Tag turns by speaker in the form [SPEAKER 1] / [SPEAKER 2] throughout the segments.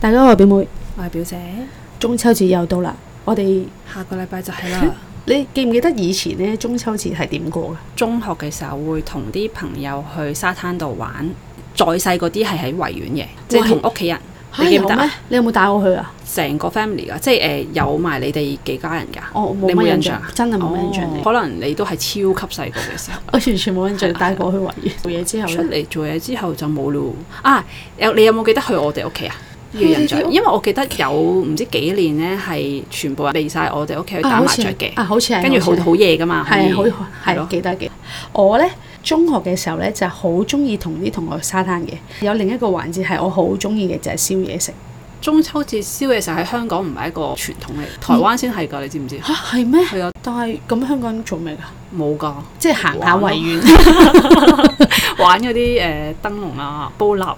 [SPEAKER 1] 大家好，我係表妹，
[SPEAKER 2] 我係表姐，
[SPEAKER 1] 中秋節又到啦，我哋
[SPEAKER 2] 下個禮拜就係 啦。
[SPEAKER 1] 你記唔記得以前呢？中秋節係點過嘅？
[SPEAKER 2] 中學嘅時候會同啲朋友去沙灘度玩，再細嗰啲係喺維園嘅，即係同屋企人，
[SPEAKER 1] 嚇
[SPEAKER 2] 你記唔
[SPEAKER 1] 有
[SPEAKER 2] 得
[SPEAKER 1] 咩
[SPEAKER 2] 啊？？
[SPEAKER 1] 你有冇帶我去啊？
[SPEAKER 2] 成個 family 噶，即係誒、呃有埋你哋幾家人㗎。
[SPEAKER 1] 我冇
[SPEAKER 2] 你
[SPEAKER 1] 乜
[SPEAKER 2] 冇印
[SPEAKER 1] 印
[SPEAKER 2] 象
[SPEAKER 1] 象，真係冇乜印象
[SPEAKER 2] 哦
[SPEAKER 1] 你。
[SPEAKER 2] 可能你都係超級細個嘅時候，
[SPEAKER 1] 我完全冇印象
[SPEAKER 2] 係啊
[SPEAKER 1] 帶過去維 園做嘢之後
[SPEAKER 2] 出
[SPEAKER 1] 咧，
[SPEAKER 2] 嚟做嘢之後就冇咯。啊，有你有冇記得去我哋屋企啊？呢個印象
[SPEAKER 1] 去你哋，屋
[SPEAKER 2] 因為我記得有唔知幾年咧，係全部人嚟晒我哋屋企去
[SPEAKER 1] 啊
[SPEAKER 2] 打
[SPEAKER 1] 好
[SPEAKER 2] 麻
[SPEAKER 1] 似
[SPEAKER 2] 雀
[SPEAKER 1] 係
[SPEAKER 2] 嘅，
[SPEAKER 1] 啊好似係
[SPEAKER 2] 跟住好
[SPEAKER 1] 似係
[SPEAKER 2] 好夜㗎嘛，可以
[SPEAKER 1] 係啊好
[SPEAKER 2] 係咯
[SPEAKER 1] 係記得嘅。我呢，中學嘅時候呢，就好中意同啲同學去沙灘嘅。有另一個環節係我好中意嘅，就係燒嘢食。
[SPEAKER 2] 中秋節燒嘢時候喺香港唔係一個傳統嚟，台灣先係㗎，你知唔知？
[SPEAKER 1] 嚇係咩？
[SPEAKER 2] 係啊，
[SPEAKER 1] 但係咁香港做咩㗎？
[SPEAKER 2] 冇㗎，
[SPEAKER 1] 即係行下
[SPEAKER 2] 玩咯
[SPEAKER 1] 維園。
[SPEAKER 2] 玩嗰啲誒燈籠啊、煲蠟啊，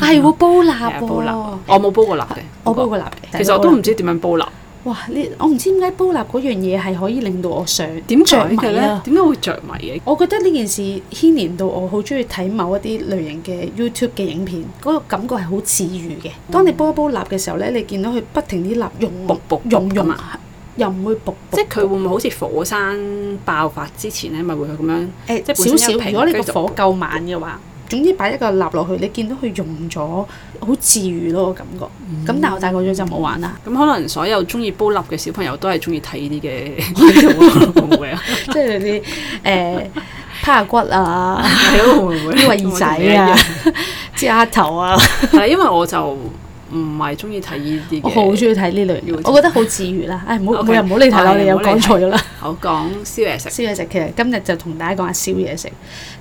[SPEAKER 1] 係喎，煲
[SPEAKER 2] 係
[SPEAKER 1] 蠟
[SPEAKER 2] 啊煲
[SPEAKER 1] 喎
[SPEAKER 2] 蠟，。我冇煲過蠟嘅，
[SPEAKER 1] 我煲
[SPEAKER 2] 過。
[SPEAKER 1] 過蠟嘅。
[SPEAKER 2] 其實我都唔知點樣煲蠟，
[SPEAKER 1] 哇！呢我唔知點解煲蠟嗰樣嘢係可以令到我上
[SPEAKER 2] 點解
[SPEAKER 1] 着迷
[SPEAKER 2] 嘅咧
[SPEAKER 1] 啊？！
[SPEAKER 2] 點解會着迷嘅？
[SPEAKER 1] 我覺得呢件事牽連到我好中意睇某一啲類型嘅 YouTube 嘅影片，嗰、個感覺係好治愈嘅。當你煲一煲蠟嘅時候咧，你見到佢不停啲蠟融
[SPEAKER 2] 嗯卜卜
[SPEAKER 1] 融
[SPEAKER 2] 咁
[SPEAKER 1] 融
[SPEAKER 2] 啊，
[SPEAKER 1] 又唔會卜卜，
[SPEAKER 2] 即係佢會唔會好似火山爆發之前咧，咪會咁樣？
[SPEAKER 1] 誒
[SPEAKER 2] 即係本身
[SPEAKER 1] 少
[SPEAKER 2] 有
[SPEAKER 1] 少。
[SPEAKER 2] 皮
[SPEAKER 1] 如果你
[SPEAKER 2] 跟
[SPEAKER 1] 個
[SPEAKER 2] 住就
[SPEAKER 1] 火夠猛嘅話，總之擺一個蠟落去，你見到佢融咗，好治愈咯個感覺。咁、
[SPEAKER 2] 嗯
[SPEAKER 1] 但係我大個咗就冇玩啦，
[SPEAKER 2] 咁可能所有中意煲蠟嘅小朋友都係中意睇呢啲 嘅，會唔會啊？
[SPEAKER 1] 即係嗰啲誒 趴下骨啊。
[SPEAKER 2] 係咯，會唔會？
[SPEAKER 1] 呢個耳仔啊， 即係額頭啊，
[SPEAKER 2] 係 因為我就唔係中意睇呢啲嘅。
[SPEAKER 1] 我好中意睇呢類嘢，我覺得好治愈啦。唉，唔好
[SPEAKER 2] OK，
[SPEAKER 1] 每人唔好理題啦，
[SPEAKER 2] 係
[SPEAKER 1] 你又
[SPEAKER 2] 唔好理
[SPEAKER 1] 講
[SPEAKER 2] 題
[SPEAKER 1] 錯咗啦。
[SPEAKER 2] 好講燒嘢食，
[SPEAKER 1] 燒嘢食其實今日就同大家講下燒嘢食。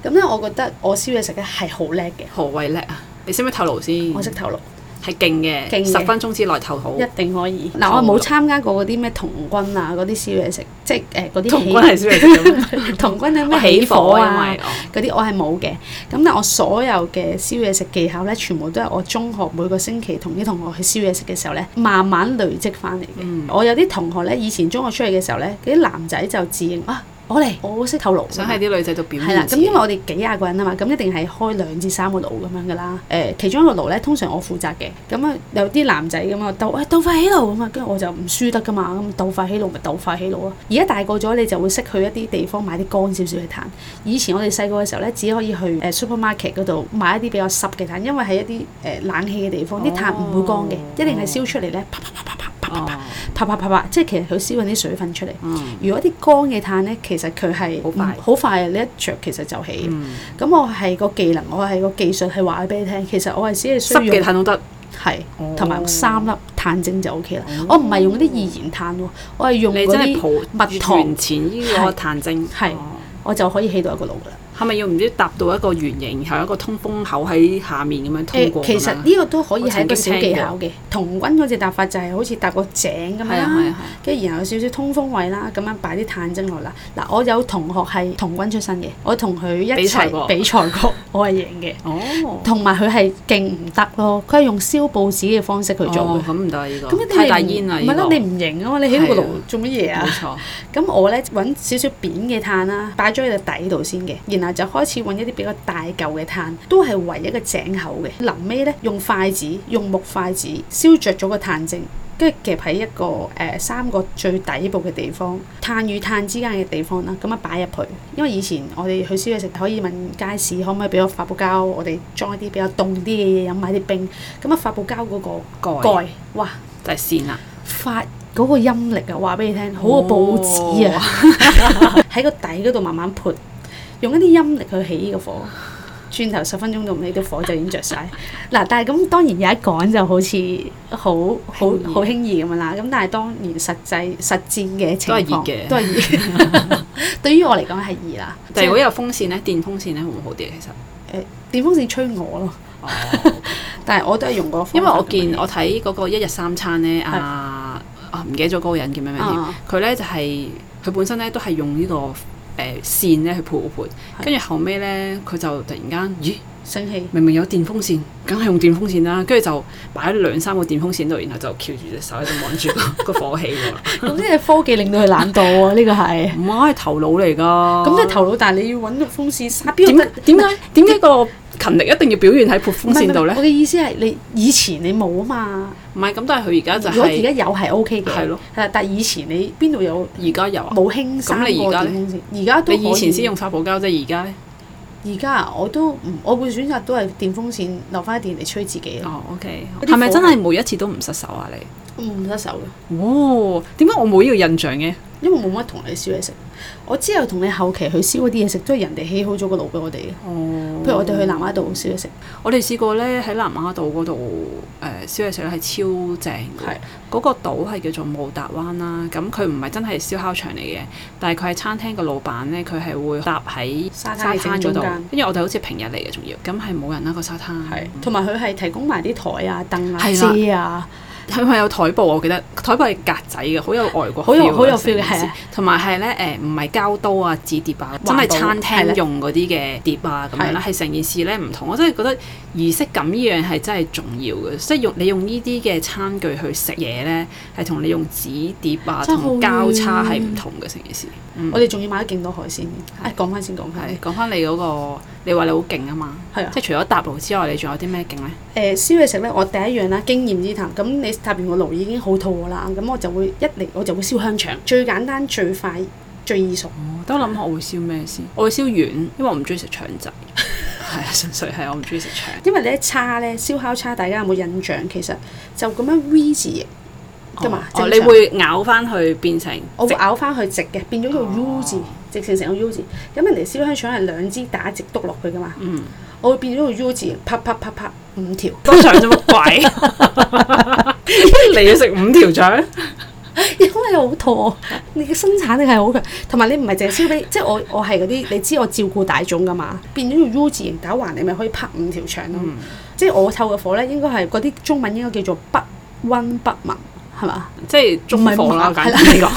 [SPEAKER 1] 咁咧，我覺得我燒嘢食咧係好叻嘅，
[SPEAKER 2] 何謂叻啊？你識唔識透露先？
[SPEAKER 1] 我識透露，
[SPEAKER 2] 係勁
[SPEAKER 1] 勁
[SPEAKER 2] 嘅，
[SPEAKER 1] 嘅
[SPEAKER 2] 十分鐘之內透好。
[SPEAKER 1] 一定可以。哦嗱，我冇參加過嗰啲咩童軍啊，嗰啲燒嘢食，即係誒嗰啲
[SPEAKER 2] 同
[SPEAKER 1] 起
[SPEAKER 2] 軍係燒嘢食咁，
[SPEAKER 1] 童軍有
[SPEAKER 2] 我
[SPEAKER 1] 咩起火啊
[SPEAKER 2] 因為？哦我
[SPEAKER 1] 嗰啲我係冇嘅，咁但係我所有嘅燒嘢食技巧咧，全部都係我中學每個星期同啲同學去燒嘢食嘅時候咧，慢慢累積翻嚟嘅。
[SPEAKER 2] 嗯
[SPEAKER 1] 我有啲同學咧，以前中學出去嘅時候咧，嗰啲男仔就自認啊，我嚟，我識透露㗎嘛。
[SPEAKER 2] 想喺啲女仔度表
[SPEAKER 1] 係啦，
[SPEAKER 2] 現
[SPEAKER 1] 咁
[SPEAKER 2] 自己。
[SPEAKER 1] 因為我哋幾廿個人啊嘛，咁一定係開兩至三個爐咁樣噶啦。誒、其中一個爐咧，通常我負責嘅。咁啊，有啲男仔咁啊，鬥誒鬥快起爐咁啊，跟住我就唔輸得噶嘛。咁鬥快起爐咪鬥快起爐咯。而家大個咗，你就會識去一啲地方買啲乾少少嘅炭。以前我哋細個嘅時候咧，只可以去誒、supermarket 嗰度買一啲比較濕嘅炭，因為係一啲誒、冷氣嘅地方，啲炭唔會乾嘅，一定係燒出嚟咧，啪啪啪啪啪啪啪
[SPEAKER 2] 哦
[SPEAKER 1] 啪啪啪啪啪，即係其實佢燒緊啲水分出嚟。
[SPEAKER 2] 嗯
[SPEAKER 1] 如果啲乾嘅炭咧，其實佢係
[SPEAKER 2] 好快嗯
[SPEAKER 1] 唔好快嘅，你一着其實就起。咁、我係個技能，我係個技術，係話俾你聽，其實我係只係需
[SPEAKER 2] 濕嘅
[SPEAKER 1] 要
[SPEAKER 2] 炭都得，
[SPEAKER 1] 係
[SPEAKER 2] 哦
[SPEAKER 1] 同埋三粒炭精就 O K 啦。我唔係用嗰啲易燃炭喎，我係用
[SPEAKER 2] 你
[SPEAKER 1] 嗰
[SPEAKER 2] 真係
[SPEAKER 1] 啲，
[SPEAKER 2] 抱
[SPEAKER 1] 蜜糖
[SPEAKER 2] 完前呢個炭精
[SPEAKER 1] 係
[SPEAKER 2] 哦
[SPEAKER 1] 我就可以起到一個爐噶啦。
[SPEAKER 2] 係咪要唔知搭到一個圓形，然後有一個通風口喺下面咁樣通過
[SPEAKER 1] 誒，
[SPEAKER 2] 咁樣？
[SPEAKER 1] 其實呢個都可以
[SPEAKER 2] 我
[SPEAKER 1] 係一
[SPEAKER 2] 曾
[SPEAKER 1] 個
[SPEAKER 2] 經
[SPEAKER 1] 小技巧嘅。童軍嗰隻搭法就係好似搭個井咁樣
[SPEAKER 2] 係啊係
[SPEAKER 1] 啦
[SPEAKER 2] 啊，係啊
[SPEAKER 1] 跟住然後有少少通風位啦，咁樣擺啲炭精落啦。嗱，我有同學係童軍出身嘅，我同佢一
[SPEAKER 2] 比賽
[SPEAKER 1] 齊
[SPEAKER 2] 過
[SPEAKER 1] 比賽過，我係贏嘅。
[SPEAKER 2] 哦，
[SPEAKER 1] 同埋佢係勁唔得咯，佢係用燒報紙嘅方式去做嘅
[SPEAKER 2] 哦。咁唔得呢個，
[SPEAKER 1] 咁一定
[SPEAKER 2] 太大
[SPEAKER 1] 你唔
[SPEAKER 2] 煙啦
[SPEAKER 1] 唔係
[SPEAKER 2] 呢
[SPEAKER 1] 啦
[SPEAKER 2] 個，，
[SPEAKER 1] 你唔型啊嘛！你起到個
[SPEAKER 2] 係
[SPEAKER 1] 爐
[SPEAKER 2] 啊
[SPEAKER 1] 做乜嘢啊
[SPEAKER 2] 冇？錯，
[SPEAKER 1] 咁我咧揾少少扁嘅炭啦，擺咗喺個底度先嘅，然後就開始揾一啲比較大嚿嘅炭，都係圍一個井口嘅。臨尾咧用筷子，用木筷子燒着咗個炭精。跟住夾喺一個誒、呃三個最底部嘅地方，炭與炭之間嘅地方啦，咁啊擺入去。因為以前我哋去燒嘢食可以問街市可唔可以俾個發泡膠，我哋裝一啲比較凍啲嘅嘢飲，買啲冰。咁啊發泡膠嗰個
[SPEAKER 2] 蓋
[SPEAKER 1] 蓋，哇！
[SPEAKER 2] 就係線啦，
[SPEAKER 1] 發嗰個音力啊，話俾你聽，
[SPEAKER 2] 哦
[SPEAKER 1] 好過報紙啊， 喺個底嗰度慢慢潑，用一啲音力去起呢個火，轉頭十分鐘到尾，啲火就已經着晒。嗱，但係咁當然有一講就好似好好
[SPEAKER 2] 輕易
[SPEAKER 1] 好輕易咁樣啦，咁但係當然實際實戰嘅情況
[SPEAKER 2] 都係熱嘅
[SPEAKER 1] 都係熱。 對於我嚟講係熱啦，
[SPEAKER 2] 但
[SPEAKER 1] 係呃
[SPEAKER 2] 係如果有風扇咧，電風扇咧會唔會好啲啊？其實。
[SPEAKER 1] 電風扇吹我咯，
[SPEAKER 2] 哦
[SPEAKER 1] 但係我都係用嗰個方法
[SPEAKER 2] 因為我
[SPEAKER 1] 咁樣
[SPEAKER 2] 見我睇嗰個一日三餐咧，啊啊唔記得咗嗰個人叫咩名添
[SPEAKER 1] 啊，
[SPEAKER 2] 佢咧就係佢本身咧都係用呢個誒線咧去抱盤，
[SPEAKER 1] 係
[SPEAKER 2] 跟住後尾咧佢就突然間，咦
[SPEAKER 1] 生氣。
[SPEAKER 2] 明明有電風扇，梗係用電風扇啦，跟住就擺咗兩三個電風扇度，然後就翹住隻手喺度望住個 個火氣喎，
[SPEAKER 1] 咁呢係科技令到佢懶惰喎，呢個係。
[SPEAKER 2] 唔係頭腦嚟㗎，
[SPEAKER 1] 咁即係頭腦，但係你要揾個風扇，沙邊
[SPEAKER 2] 哦點
[SPEAKER 1] 得
[SPEAKER 2] 點解點解個勤力一定要表現喺潑
[SPEAKER 1] 唔係
[SPEAKER 2] 風扇度
[SPEAKER 1] 唔係
[SPEAKER 2] 咧
[SPEAKER 1] 我？嘅意思係你以前你冇啊嘛，
[SPEAKER 2] 唔係咁，但係佢而家啊就
[SPEAKER 1] 如果而家
[SPEAKER 2] 係
[SPEAKER 1] 有係 O K 嘅，
[SPEAKER 2] 係咯，
[SPEAKER 1] 係啦，但係以前你邊度有
[SPEAKER 2] 而家有啊。
[SPEAKER 1] 冇興生
[SPEAKER 2] 咁你而
[SPEAKER 1] 過
[SPEAKER 2] 家
[SPEAKER 1] 電
[SPEAKER 2] 呢
[SPEAKER 1] 風扇？而家都
[SPEAKER 2] 你以前
[SPEAKER 1] 可
[SPEAKER 2] 先用沙堡膠啫，而家咧？
[SPEAKER 1] 而家啊我都唔，我會選擇都係電風扇留翻電嚟吹自己啊咯，
[SPEAKER 2] 哦，OK，
[SPEAKER 1] 嗰啲火
[SPEAKER 2] 係咪真係每一次都唔失手啊？你
[SPEAKER 1] 唔得手嘅，
[SPEAKER 2] 哦，點解我冇呢個印象嘅？
[SPEAKER 1] 因為冇乜同你燒嘢食。我之後同你後期去燒嗰啲嘢食，都係人哋起好咗個爐俾我哋嘅。
[SPEAKER 2] 哦，
[SPEAKER 1] 譬如我哋去南丫島燒嘢食，
[SPEAKER 2] 我哋試過咧喺南丫島嗰度誒燒嘢食咧係超正嘅
[SPEAKER 1] 係。
[SPEAKER 2] 嗰個島係叫做慕達灣啦，咁佢唔係真係燒烤場嚟嘅，但係佢係餐廳個老闆咧，佢係會搭喺
[SPEAKER 1] 沙
[SPEAKER 2] 沙
[SPEAKER 1] 灘嘅
[SPEAKER 2] 灘
[SPEAKER 1] 正
[SPEAKER 2] 嗰
[SPEAKER 1] 中
[SPEAKER 2] 度
[SPEAKER 1] 間，
[SPEAKER 2] 跟住我哋好似平日嚟嘅，仲要咁係冇人啦個沙灘，
[SPEAKER 1] 係，同埋佢係提供埋啲台啊、凳啊、
[SPEAKER 2] 係啦
[SPEAKER 1] 遮啊，
[SPEAKER 2] 佢係有台布，我記得台布係格仔嘅，好有外國
[SPEAKER 1] 好有
[SPEAKER 2] feel 啊
[SPEAKER 1] 好有 feel 嘅
[SPEAKER 2] 成件事
[SPEAKER 1] 係啊
[SPEAKER 2] 同埋係咧誒，唔係膠刀啊、紙碟啊，
[SPEAKER 1] 環
[SPEAKER 2] 真
[SPEAKER 1] 保
[SPEAKER 2] 係餐
[SPEAKER 1] 係啦
[SPEAKER 2] 廳用嗰啲嘅碟啊咁樣啦，係成件事咧唔同。我真係覺得儀式感呢樣係真係重要嘅，即係用你用呢啲嘅餐具去食嘢咧，係同你用紙碟啊
[SPEAKER 1] 真係好
[SPEAKER 2] 同交叉係唔同嘅成件事。
[SPEAKER 1] 我哋仲要買咗勁多海鮮嘅。
[SPEAKER 2] 嗯係
[SPEAKER 1] 誒，講翻先講翻
[SPEAKER 2] 係，講翻你嗰個，你話你好勁啊嘛，
[SPEAKER 1] 係啊
[SPEAKER 2] 即係除咗搭路之外，你仲有啲咩勁咧？
[SPEAKER 1] 誒燒嘢食咧，我第一樣啦，經驗之談。咁你搭完個爐已經好肚餓啦，咁我就會一嚟我就會燒香腸，最簡單、最快、最易熟。
[SPEAKER 2] 我等我諗下，我會燒咩先？我會燒丸，因為我唔中意食腸 仔。係啊，純粹係我唔中意食腸。
[SPEAKER 1] 因為你一叉咧，燒烤叉，大家有冇印象？其實就咁樣 V 字形㗎嘛，
[SPEAKER 2] 哦，
[SPEAKER 1] 正常
[SPEAKER 2] 你會咬翻去變成
[SPEAKER 1] 我會
[SPEAKER 2] 直
[SPEAKER 1] 咬翻佢直嘅，變咗個 U 字
[SPEAKER 2] 哦，
[SPEAKER 1] 直成成個 U 字。咁人哋燒香腸係兩支打直篤落去㗎嘛，
[SPEAKER 2] 嗯
[SPEAKER 1] 我會變咗個 U 字形，啪啪啪啪五條，
[SPEAKER 2] 多腸做乜 鬼？你要食五條腸？
[SPEAKER 1] 因為你好肚餓，你嘅生產力係好強，同埋你唔係淨係 燒俾，即係我我係嗰啲，你知我照顧大眾㗎嘛，變咗個 U 字形打橫，你咪可以拍五條腸咯。
[SPEAKER 2] 嗯，
[SPEAKER 1] 即係我透嘅火咧，應該係嗰啲中文應該叫做不温不文，係嘛？
[SPEAKER 2] 即係中火啦，
[SPEAKER 1] 唔係唔係
[SPEAKER 2] 簡單嚟講。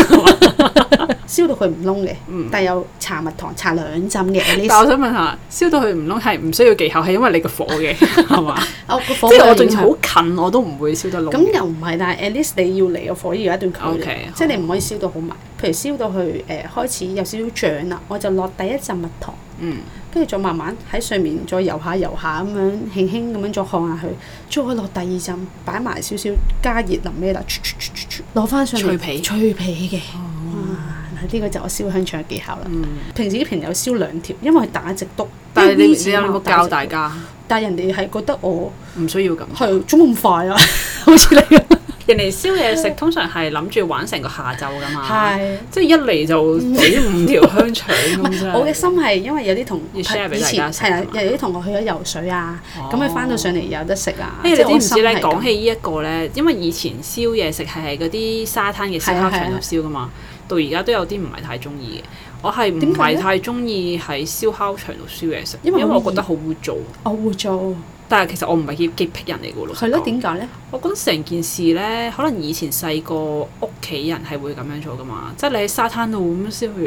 [SPEAKER 1] 燒到佢唔燶嘅，
[SPEAKER 2] 嗯
[SPEAKER 1] 但有搽蜜糖，搽兩針嘅。at
[SPEAKER 2] 但
[SPEAKER 1] least
[SPEAKER 2] 我 想問下，燒到佢唔燶係唔需要技巧，係因為你個火 嘅係嘛？
[SPEAKER 1] 我哦個火
[SPEAKER 2] 即係我
[SPEAKER 1] 仲
[SPEAKER 2] 仲好近，我都唔會燒得燶。
[SPEAKER 1] 咁又唔係，但係 at least 你要離個火要有一段距離
[SPEAKER 2] OK，
[SPEAKER 1] 即係你唔可以燒到好埋。譬如燒到去誒、呃、開始有少少脹啦，我就落第一浸蜜糖，
[SPEAKER 2] 嗯，
[SPEAKER 1] 跟住再慢慢喺上面再游下游下咁樣，輕輕咁樣再烘下去，再落第二浸，擺埋少少加熱淋咩啦，唰唰唰唰唰攞翻上嚟
[SPEAKER 2] 嗯脆皮
[SPEAKER 1] 脆皮嘅。啊嗱呢個就我燒香腸嘅技巧啦。
[SPEAKER 2] 嗯
[SPEAKER 1] 平時啲朋友燒兩條，因為佢打直篤。
[SPEAKER 2] 但係你
[SPEAKER 1] 因為 V 字
[SPEAKER 2] 你有冇
[SPEAKER 1] 嘛
[SPEAKER 2] 教
[SPEAKER 1] 直篤
[SPEAKER 2] 大家？
[SPEAKER 1] 但係人哋係覺得我
[SPEAKER 2] 唔需要咁。
[SPEAKER 1] 係做乜咁快 啊，好似你咁。
[SPEAKER 2] 人哋燒嘢食通常係諗住玩成個下晝噶嘛，
[SPEAKER 1] 係，
[SPEAKER 2] 即係一嚟就俾五條香腸咁
[SPEAKER 1] 嗯
[SPEAKER 2] 啫。
[SPEAKER 1] 我嘅心係因為有啲同
[SPEAKER 2] 要
[SPEAKER 1] 以
[SPEAKER 2] share 俾大
[SPEAKER 1] 前
[SPEAKER 2] 家
[SPEAKER 1] 係啊
[SPEAKER 2] 食，
[SPEAKER 1] 有啲同學去咗游水啊，咁佢翻到上嚟有得食啊。
[SPEAKER 2] 誒，
[SPEAKER 1] 即係
[SPEAKER 2] 哦哎你
[SPEAKER 1] 我
[SPEAKER 2] 知唔
[SPEAKER 1] 心
[SPEAKER 2] 知咧？
[SPEAKER 1] 係
[SPEAKER 2] 講
[SPEAKER 1] 咁
[SPEAKER 2] 起呢一個咧，因為以前燒嘢食係喺嗰啲沙灘嘅燒烤場度燒噶嘛，到而家都有啲唔係太中意嘅。我係唔
[SPEAKER 1] 點解
[SPEAKER 2] 係
[SPEAKER 1] 咧
[SPEAKER 2] 太中意喺燒烤場度燒嘢食，
[SPEAKER 1] 因
[SPEAKER 2] 因
[SPEAKER 1] 為
[SPEAKER 2] 為
[SPEAKER 1] 好
[SPEAKER 2] 我覺得好污糟。
[SPEAKER 1] 我會做
[SPEAKER 2] 但係其實我唔係潔潔癖人嚟嘅咯。
[SPEAKER 1] 係咯，點解咧？
[SPEAKER 2] 我覺得成件事咧，可能以前細個屋企人係會咁樣做噶嘛，即係你喺沙灘度咁樣燒完，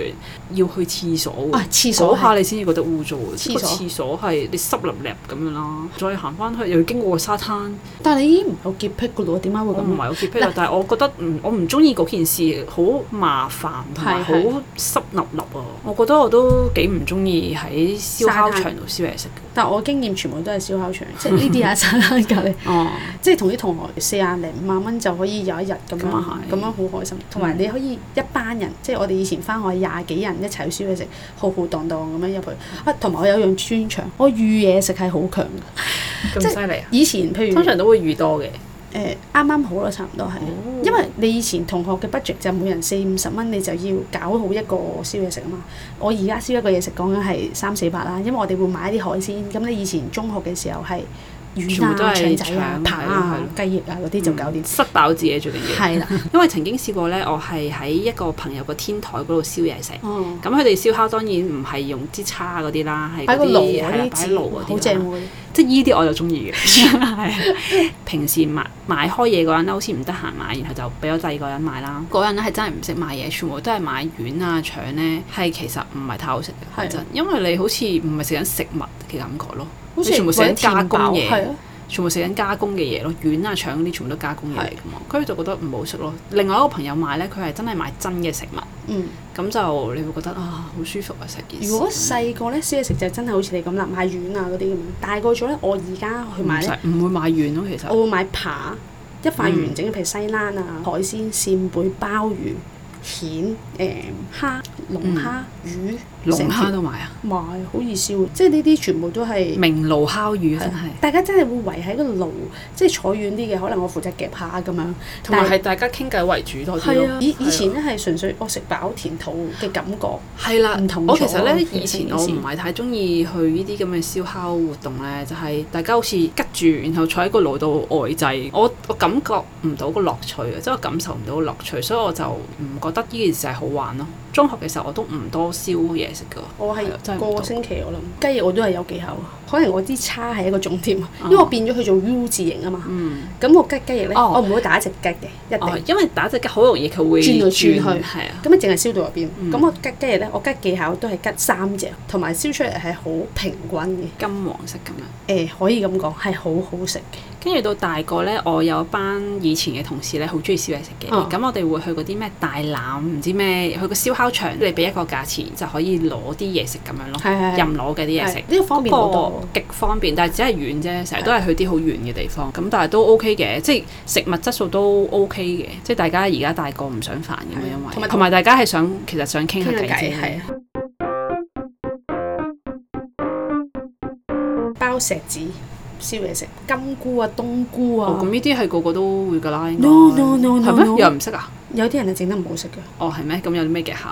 [SPEAKER 2] 要去廁所喎
[SPEAKER 1] 啊，廁所
[SPEAKER 2] 嗰下
[SPEAKER 1] 係
[SPEAKER 2] 你先至覺得污糟嘅，即係個
[SPEAKER 1] 廁所
[SPEAKER 2] 廁所係你濕立立咁樣啦，再行翻去又要經過個沙灘，
[SPEAKER 1] 但係你已經唔有潔癖噶咯，點解會
[SPEAKER 2] 我唔係
[SPEAKER 1] 咁？啊
[SPEAKER 2] 好潔癖啦，但係我覺得唔我唔中意嗰件事好麻煩同埋
[SPEAKER 1] 係
[SPEAKER 2] 好濕立立啊！我覺得我都幾唔中意喺燒烤
[SPEAKER 1] 沙灘
[SPEAKER 2] 場度燒嘢食嘅。
[SPEAKER 1] 但我經驗全部都係燒烤場，即係呢啲啊沙灘隔離，
[SPEAKER 2] 哦，
[SPEAKER 1] 即係同 啲同學四廿零五萬蚊就可以有一日咁樣，
[SPEAKER 2] 咁啊係
[SPEAKER 1] 咁樣好開心。同埋你可以一班人，即係我哋以前翻學廿幾人一齊去燒嘢食，浩浩蕩蕩咁樣入去。啊，同埋我有樣專長，我預嘢食係好強嘅。即
[SPEAKER 2] 咁
[SPEAKER 1] 係
[SPEAKER 2] 犀利啊！
[SPEAKER 1] 以前譬如
[SPEAKER 2] 通常都會遇多嘅，
[SPEAKER 1] 誒啱啱好啦，差唔多係，
[SPEAKER 2] 哦
[SPEAKER 1] 因為你以前同學嘅 budget 就每人四五十蚊，你就要搞好一個燒嘢食啊嘛。我而家燒一個嘢食講緊係三四百啦，因為我哋會買啲海鮮。咁你以前中學嘅時候係魚
[SPEAKER 2] 全部都
[SPEAKER 1] 啊、腸
[SPEAKER 2] 係
[SPEAKER 1] 仔啊、
[SPEAKER 2] 腸
[SPEAKER 1] 扒啊
[SPEAKER 2] 係咯、嗯
[SPEAKER 1] 雞翼啊嗰啲就搞掂。
[SPEAKER 2] 塞飽自己最緊 要。
[SPEAKER 1] 係啦，
[SPEAKER 2] 因為曾經試過咧，我係喺一個朋友個天台嗰度燒嘢食。
[SPEAKER 1] 哦，
[SPEAKER 2] 咁佢哋燒烤當然唔係用支叉嗰啲啦，係
[SPEAKER 1] 擺
[SPEAKER 2] 嗰
[SPEAKER 1] 個
[SPEAKER 2] 啲
[SPEAKER 1] 爐
[SPEAKER 2] 係啦
[SPEAKER 1] 嗰啲
[SPEAKER 2] 擺
[SPEAKER 1] 字
[SPEAKER 2] 喺爐嗰啲啊啦
[SPEAKER 1] 好正喎，
[SPEAKER 2] 即係依啲我就中意嘅。係平時買買開嘢嗰人咧，好似唔得閒買，然後就俾咗第二個人買啦。嗰人咧係真係唔識買嘢，全部都係買丸啊腸咧，係其實唔係太好食嘅。
[SPEAKER 1] 係
[SPEAKER 2] 講真，因為你好似唔係食緊食物嘅感覺咯，
[SPEAKER 1] 好
[SPEAKER 2] 你全部
[SPEAKER 1] 似
[SPEAKER 2] 寫加工嘢
[SPEAKER 1] 係啊，
[SPEAKER 2] 全部食緊加工嘅嘢咯，丸啊、腸嗰啲全部都加工嘢嚟㗎嘛，佢就覺得唔好食咯。另外一個朋友買咧，佢係真係買真嘅食物，
[SPEAKER 1] 嗯，
[SPEAKER 2] 咁就你會覺得啊好舒服啊食件事。
[SPEAKER 1] 如果細個咧燒嘢食就真係好似你咁啦，買丸啊嗰啲咁。大個咗咧，我而家去買
[SPEAKER 2] 唔
[SPEAKER 1] 咧，
[SPEAKER 2] 使唔會買丸咯，其實
[SPEAKER 1] 我會買扒一塊完整嘅，譬如西蘭啊、海鮮、扇貝、鮑魚、蜆、誒蝦、龍蝦、魚、
[SPEAKER 2] 龍
[SPEAKER 1] 成條
[SPEAKER 2] 蝦都買啊，
[SPEAKER 1] 買好易燒，即係呢啲全部都係。
[SPEAKER 2] 明爐烤魚真係。
[SPEAKER 1] 大家真係會圍喺個爐，即係坐遠啲嘅，可能我負責夾蝦咁樣。
[SPEAKER 2] 同埋係大家傾偈為主多啲
[SPEAKER 1] 係
[SPEAKER 2] 咯
[SPEAKER 1] 啊，。以以前
[SPEAKER 2] 係啊
[SPEAKER 1] 咧係純粹我食飽填肚嘅感覺，
[SPEAKER 2] 係啦
[SPEAKER 1] 唔同，咗
[SPEAKER 2] 我其實
[SPEAKER 1] 啊
[SPEAKER 2] 咧
[SPEAKER 1] 其實
[SPEAKER 2] 以前
[SPEAKER 1] 呢件
[SPEAKER 2] 我
[SPEAKER 1] 事
[SPEAKER 2] 唔係太中意去呢啲咁嘅燒烤活動咧，就係大家好似吉住，然後坐喺個爐度呆滯，我我感覺唔到個樂趣啊，即係我感受唔到個樂趣，所以我就唔覺得呢件事係好玩咯。中學嘅時候我都唔多燒嘢食噶，
[SPEAKER 1] 我係
[SPEAKER 2] 係啊真係唔
[SPEAKER 1] 個
[SPEAKER 2] 多
[SPEAKER 1] 星期我諗雞翼我都係有技巧，可能我啲叉係一個重點，因為我變咗佢做 U 字形啊嘛。
[SPEAKER 2] 嗯，
[SPEAKER 1] 咁我吉雞翼咧，
[SPEAKER 2] 哦
[SPEAKER 1] 我唔會打隻雞嘅，一
[SPEAKER 2] 哦
[SPEAKER 1] 定。
[SPEAKER 2] 因為打隻雞好容易佢會
[SPEAKER 1] 轉來轉去
[SPEAKER 2] 係啊，
[SPEAKER 1] 咁咪淨係燒到入邊，
[SPEAKER 2] 嗯
[SPEAKER 1] 咁我吉雞翼咧，我吉技巧都係吉三隻，同埋燒出嚟係好平均嘅，
[SPEAKER 2] 金黃色咁樣。
[SPEAKER 1] 誒、可以咁講係好好食嘅。
[SPEAKER 2] 跟住到大個咧，我有一班以前嘅同事咧，好中意燒嘢食嘅。
[SPEAKER 1] 哦
[SPEAKER 2] 咁、我哋會去嗰啲咩大欖，唔知咩，去個燒烤場，你俾一個價錢就可以攞啲嘢食咁樣咯，
[SPEAKER 1] 係係係
[SPEAKER 2] 任攞嘅啲嘢
[SPEAKER 1] 係
[SPEAKER 2] 食。
[SPEAKER 1] 呢個方便好
[SPEAKER 2] 個
[SPEAKER 1] 多。
[SPEAKER 2] 極方便，但係只係遠啫，成日都係去啲好遠嘅地方。咁但係都 OK 嘅，即係食物質素都 OK 嘅。即係大家而家大個唔想煩咁樣，
[SPEAKER 1] 係同埋
[SPEAKER 2] 因為同埋大家係想其實想傾下
[SPEAKER 1] 傾下
[SPEAKER 2] 偈
[SPEAKER 1] 偈
[SPEAKER 2] 啫
[SPEAKER 1] 係。啊。包石子燒嘢食，金菇啊、冬菇
[SPEAKER 2] 哦
[SPEAKER 1] 啊，
[SPEAKER 2] 咁呢啲係個個都會㗎啦應該
[SPEAKER 1] No, no, no, no,
[SPEAKER 2] 係咩
[SPEAKER 1] no
[SPEAKER 2] 又唔識啊？
[SPEAKER 1] 有啲人係整得唔好食嘅。
[SPEAKER 2] 哦係咩？咁有啲咩技巧？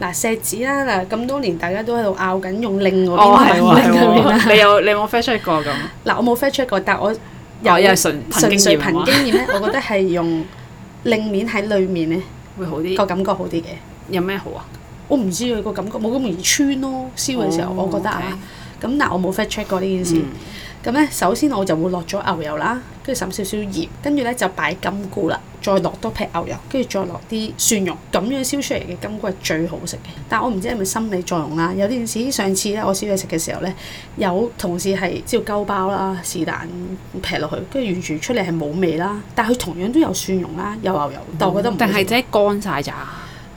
[SPEAKER 1] 嗱石子啦，嗱咁多年大家都喺度拗緊用另外
[SPEAKER 2] 哦，係
[SPEAKER 1] 邊同另
[SPEAKER 2] 喎，係
[SPEAKER 1] 外邊啦。
[SPEAKER 2] 喎，你有你有冇 fact check 過咁？
[SPEAKER 1] 嗱我冇 fact check 過，但我
[SPEAKER 2] 哦又
[SPEAKER 1] 有
[SPEAKER 2] 係純
[SPEAKER 1] 純
[SPEAKER 2] 純
[SPEAKER 1] 粹
[SPEAKER 2] 經驗
[SPEAKER 1] 憑
[SPEAKER 2] 啊
[SPEAKER 1] 經驗咧，我覺得係用另面喺裏面咧
[SPEAKER 2] 會好
[SPEAKER 1] 個
[SPEAKER 2] 啲。
[SPEAKER 1] 感覺好啲嘅。
[SPEAKER 2] 有咩好啊？
[SPEAKER 1] 我唔知佢個感覺冇咁容易穿咯，燒嘅時候我覺得啊。咁嗱我冇 fact check 過呢件事。
[SPEAKER 2] 哦嗯，
[SPEAKER 1] 咁咧，首先我就會落咗牛油啦，跟住滲少少鹽，跟住咧就擺金菇啦，再落多劈牛油，跟住再落啲蒜蓉，咁樣燒出嚟嘅金菇係最好食嘅。但我唔知係咪心理作用啦，有啲陣時上次咧我燒嘢食嘅時候咧，有同事係照鳩包啦，是但劈落去，跟住完全出嚟係冇味啦。但係佢同樣都有蒜蓉啦，有牛油，但我覺得唔好
[SPEAKER 2] 但
[SPEAKER 1] 食
[SPEAKER 2] 係真係乾晒咋。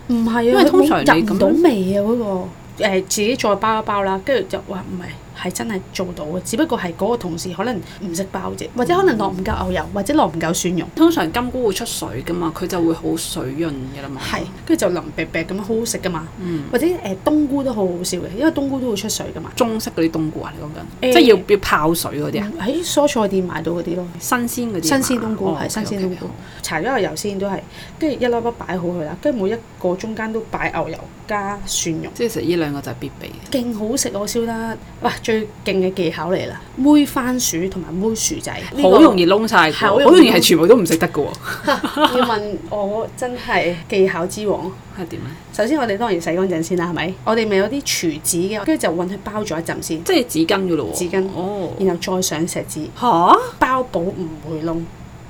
[SPEAKER 1] 唔係啊，
[SPEAKER 2] 因為通
[SPEAKER 1] 佢
[SPEAKER 2] 常
[SPEAKER 1] 冇
[SPEAKER 2] 你
[SPEAKER 1] 入
[SPEAKER 2] 咁
[SPEAKER 1] 唔
[SPEAKER 2] 樣
[SPEAKER 1] 到味啊嗰、個、呃、自己再包一包啦，跟住就哇唔係係真係做到嘅，只不過係嗰個同事可能唔識包啫，或者可能落唔夠牛油，或者落唔夠蒜蓉，
[SPEAKER 2] 通常金菇會出水噶嘛，佢就會好水潤噶啦嘛。
[SPEAKER 1] 係跟住就淋白白咁樣好好食噶嘛，
[SPEAKER 2] 嗯，
[SPEAKER 1] 或者誒、呃冬菇都好好笑嘅，因為冬菇都會出水噶嘛，
[SPEAKER 2] 中式嗰啲冬菇啊，你講緊，
[SPEAKER 1] 誒
[SPEAKER 2] 即係要要泡水嗰啲啊，
[SPEAKER 1] 嗯喺蔬菜店買到嗰啲咯。
[SPEAKER 2] 新鮮嗰啲啊
[SPEAKER 1] 新
[SPEAKER 2] 嘛。
[SPEAKER 1] 鮮冬菇
[SPEAKER 2] 哦
[SPEAKER 1] 係新
[SPEAKER 2] OK，OK，
[SPEAKER 1] 鮮冬菇
[SPEAKER 2] 好，
[SPEAKER 1] 搽咗個油先都係，跟住一粒粒擺好佢啦，跟住每一個中間都擺牛油加蒜蓉。
[SPEAKER 2] 即係其實呢兩個就係必備嘅。
[SPEAKER 1] 勁好食我燒得，哇！最勁嘅技巧嚟啦，煨番薯同埋煨薯仔，呢個
[SPEAKER 2] 好容易燶晒㗎
[SPEAKER 1] 係
[SPEAKER 2] 喎，
[SPEAKER 1] 好
[SPEAKER 2] 好
[SPEAKER 1] 容易
[SPEAKER 2] 容易係全部都唔識得㗎喎。
[SPEAKER 1] 要問我真係技巧之王。
[SPEAKER 2] 係點咧？
[SPEAKER 1] 首先我哋當然洗乾淨先啦，係咪？我哋咪有啲廚紙嘅，跟住就揾佢包咗一陣先，
[SPEAKER 2] 即係紙巾㗎咯喎。
[SPEAKER 1] 紙巾
[SPEAKER 2] 哦。
[SPEAKER 1] 然後再上石子，
[SPEAKER 2] 嚇！
[SPEAKER 1] 包保唔會燶，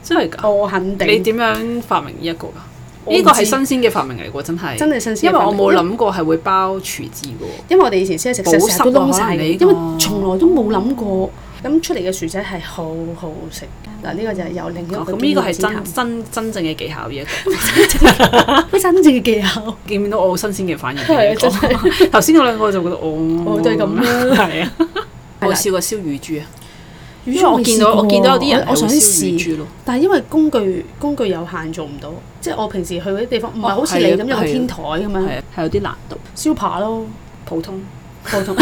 [SPEAKER 2] 真係㗎？
[SPEAKER 1] 我肯定。
[SPEAKER 2] 啊你點樣發明呢一個㗎？
[SPEAKER 1] 我唔
[SPEAKER 2] 呢個係
[SPEAKER 1] 知
[SPEAKER 2] 新鮮嘅發明嚟㗎喎，真係。
[SPEAKER 1] 真係新鮮嘅
[SPEAKER 2] 因為我冇
[SPEAKER 1] 發明
[SPEAKER 2] 諗過係會包廚子嘅喎。
[SPEAKER 1] 因為我哋以前先係食
[SPEAKER 2] 保
[SPEAKER 1] 石成日
[SPEAKER 2] 濕
[SPEAKER 1] 都
[SPEAKER 2] 啊
[SPEAKER 1] 燶
[SPEAKER 2] 可
[SPEAKER 1] 晒
[SPEAKER 2] 能
[SPEAKER 1] 嘅，
[SPEAKER 2] 你
[SPEAKER 1] 因為
[SPEAKER 2] 個
[SPEAKER 1] 從來都冇諗過。咁出嚟嘅薯仔係好好食，嗱呢個就係有另一個
[SPEAKER 2] 哦咁呢個係
[SPEAKER 1] 經驗
[SPEAKER 2] 真
[SPEAKER 1] 之
[SPEAKER 2] 真真正嘅技巧嘅，
[SPEAKER 1] 談咩啊真正嘅技巧，
[SPEAKER 2] 見到我好新鮮嘅反應
[SPEAKER 1] 係
[SPEAKER 2] 嚟
[SPEAKER 1] 啊真
[SPEAKER 2] 講。 頭先嗰兩個就覺得哦，
[SPEAKER 1] 我都係咁啦。
[SPEAKER 2] 係啊，
[SPEAKER 1] 係啦
[SPEAKER 2] 我試過燒乳豬啊，
[SPEAKER 1] 因
[SPEAKER 2] 因為我見到啊我見到有啲人
[SPEAKER 1] 我想
[SPEAKER 2] 試
[SPEAKER 1] 試，
[SPEAKER 2] 乳豬咯，
[SPEAKER 1] 但係因為工具工具有限做唔到，即係我平時去嗰啲地方唔係
[SPEAKER 2] 哦
[SPEAKER 1] 好似你
[SPEAKER 2] 係啊
[SPEAKER 1] 咁有個
[SPEAKER 2] 係啊
[SPEAKER 1] 天台咁樣
[SPEAKER 2] 係啊，係有啲難度，
[SPEAKER 1] 燒扒咯，
[SPEAKER 2] 普通
[SPEAKER 1] 普通。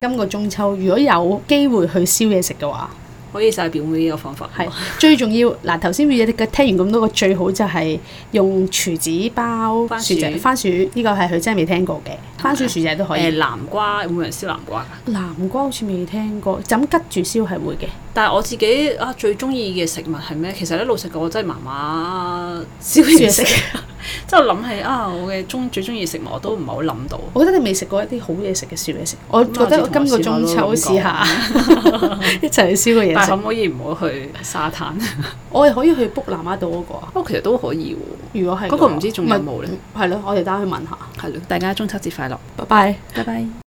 [SPEAKER 1] 今個中秋如果有機會去燒嘢食嘅 話，
[SPEAKER 2] 可以晒表妹呢個方法，
[SPEAKER 1] 係最重要嗱。頭先嘅聽完咁多個最好就係用廚紙包
[SPEAKER 2] 番
[SPEAKER 1] 薯
[SPEAKER 2] 薯
[SPEAKER 1] 仔，番薯呢個係佢真係未聽過嘅，番薯薯仔都可以。
[SPEAKER 2] 誒南瓜有冇人燒南瓜㗎？
[SPEAKER 1] 南瓜好似未聽過，就咁吉住燒係會嘅。
[SPEAKER 2] 但係我自己啊最中意嘅食物係咩？其實咧老實講，我真係麻麻燒嘢食，即係我諗起啊，我嘅中最中意嘅食物我都唔係好諗到。
[SPEAKER 1] 我覺得你未食過一啲好嘢食嘅燒嘢食，我
[SPEAKER 2] 啊
[SPEAKER 1] 覺得我今個中秋試下 一齊去燒個
[SPEAKER 2] 但
[SPEAKER 1] 嘢
[SPEAKER 2] 係
[SPEAKER 1] 食。
[SPEAKER 2] 可唔可以唔好去沙灘？
[SPEAKER 1] 我哋可以去 book 南丫島嗰個啊，
[SPEAKER 2] 不過哦其實都可以喎。
[SPEAKER 1] 如果係嘅話
[SPEAKER 2] 嗰個唔知仲有冇呢嗯
[SPEAKER 1] 唔係係咯，我哋等下去問下。
[SPEAKER 2] 係咯，大家中秋節快樂，
[SPEAKER 1] 拜拜。
[SPEAKER 2] 拜拜。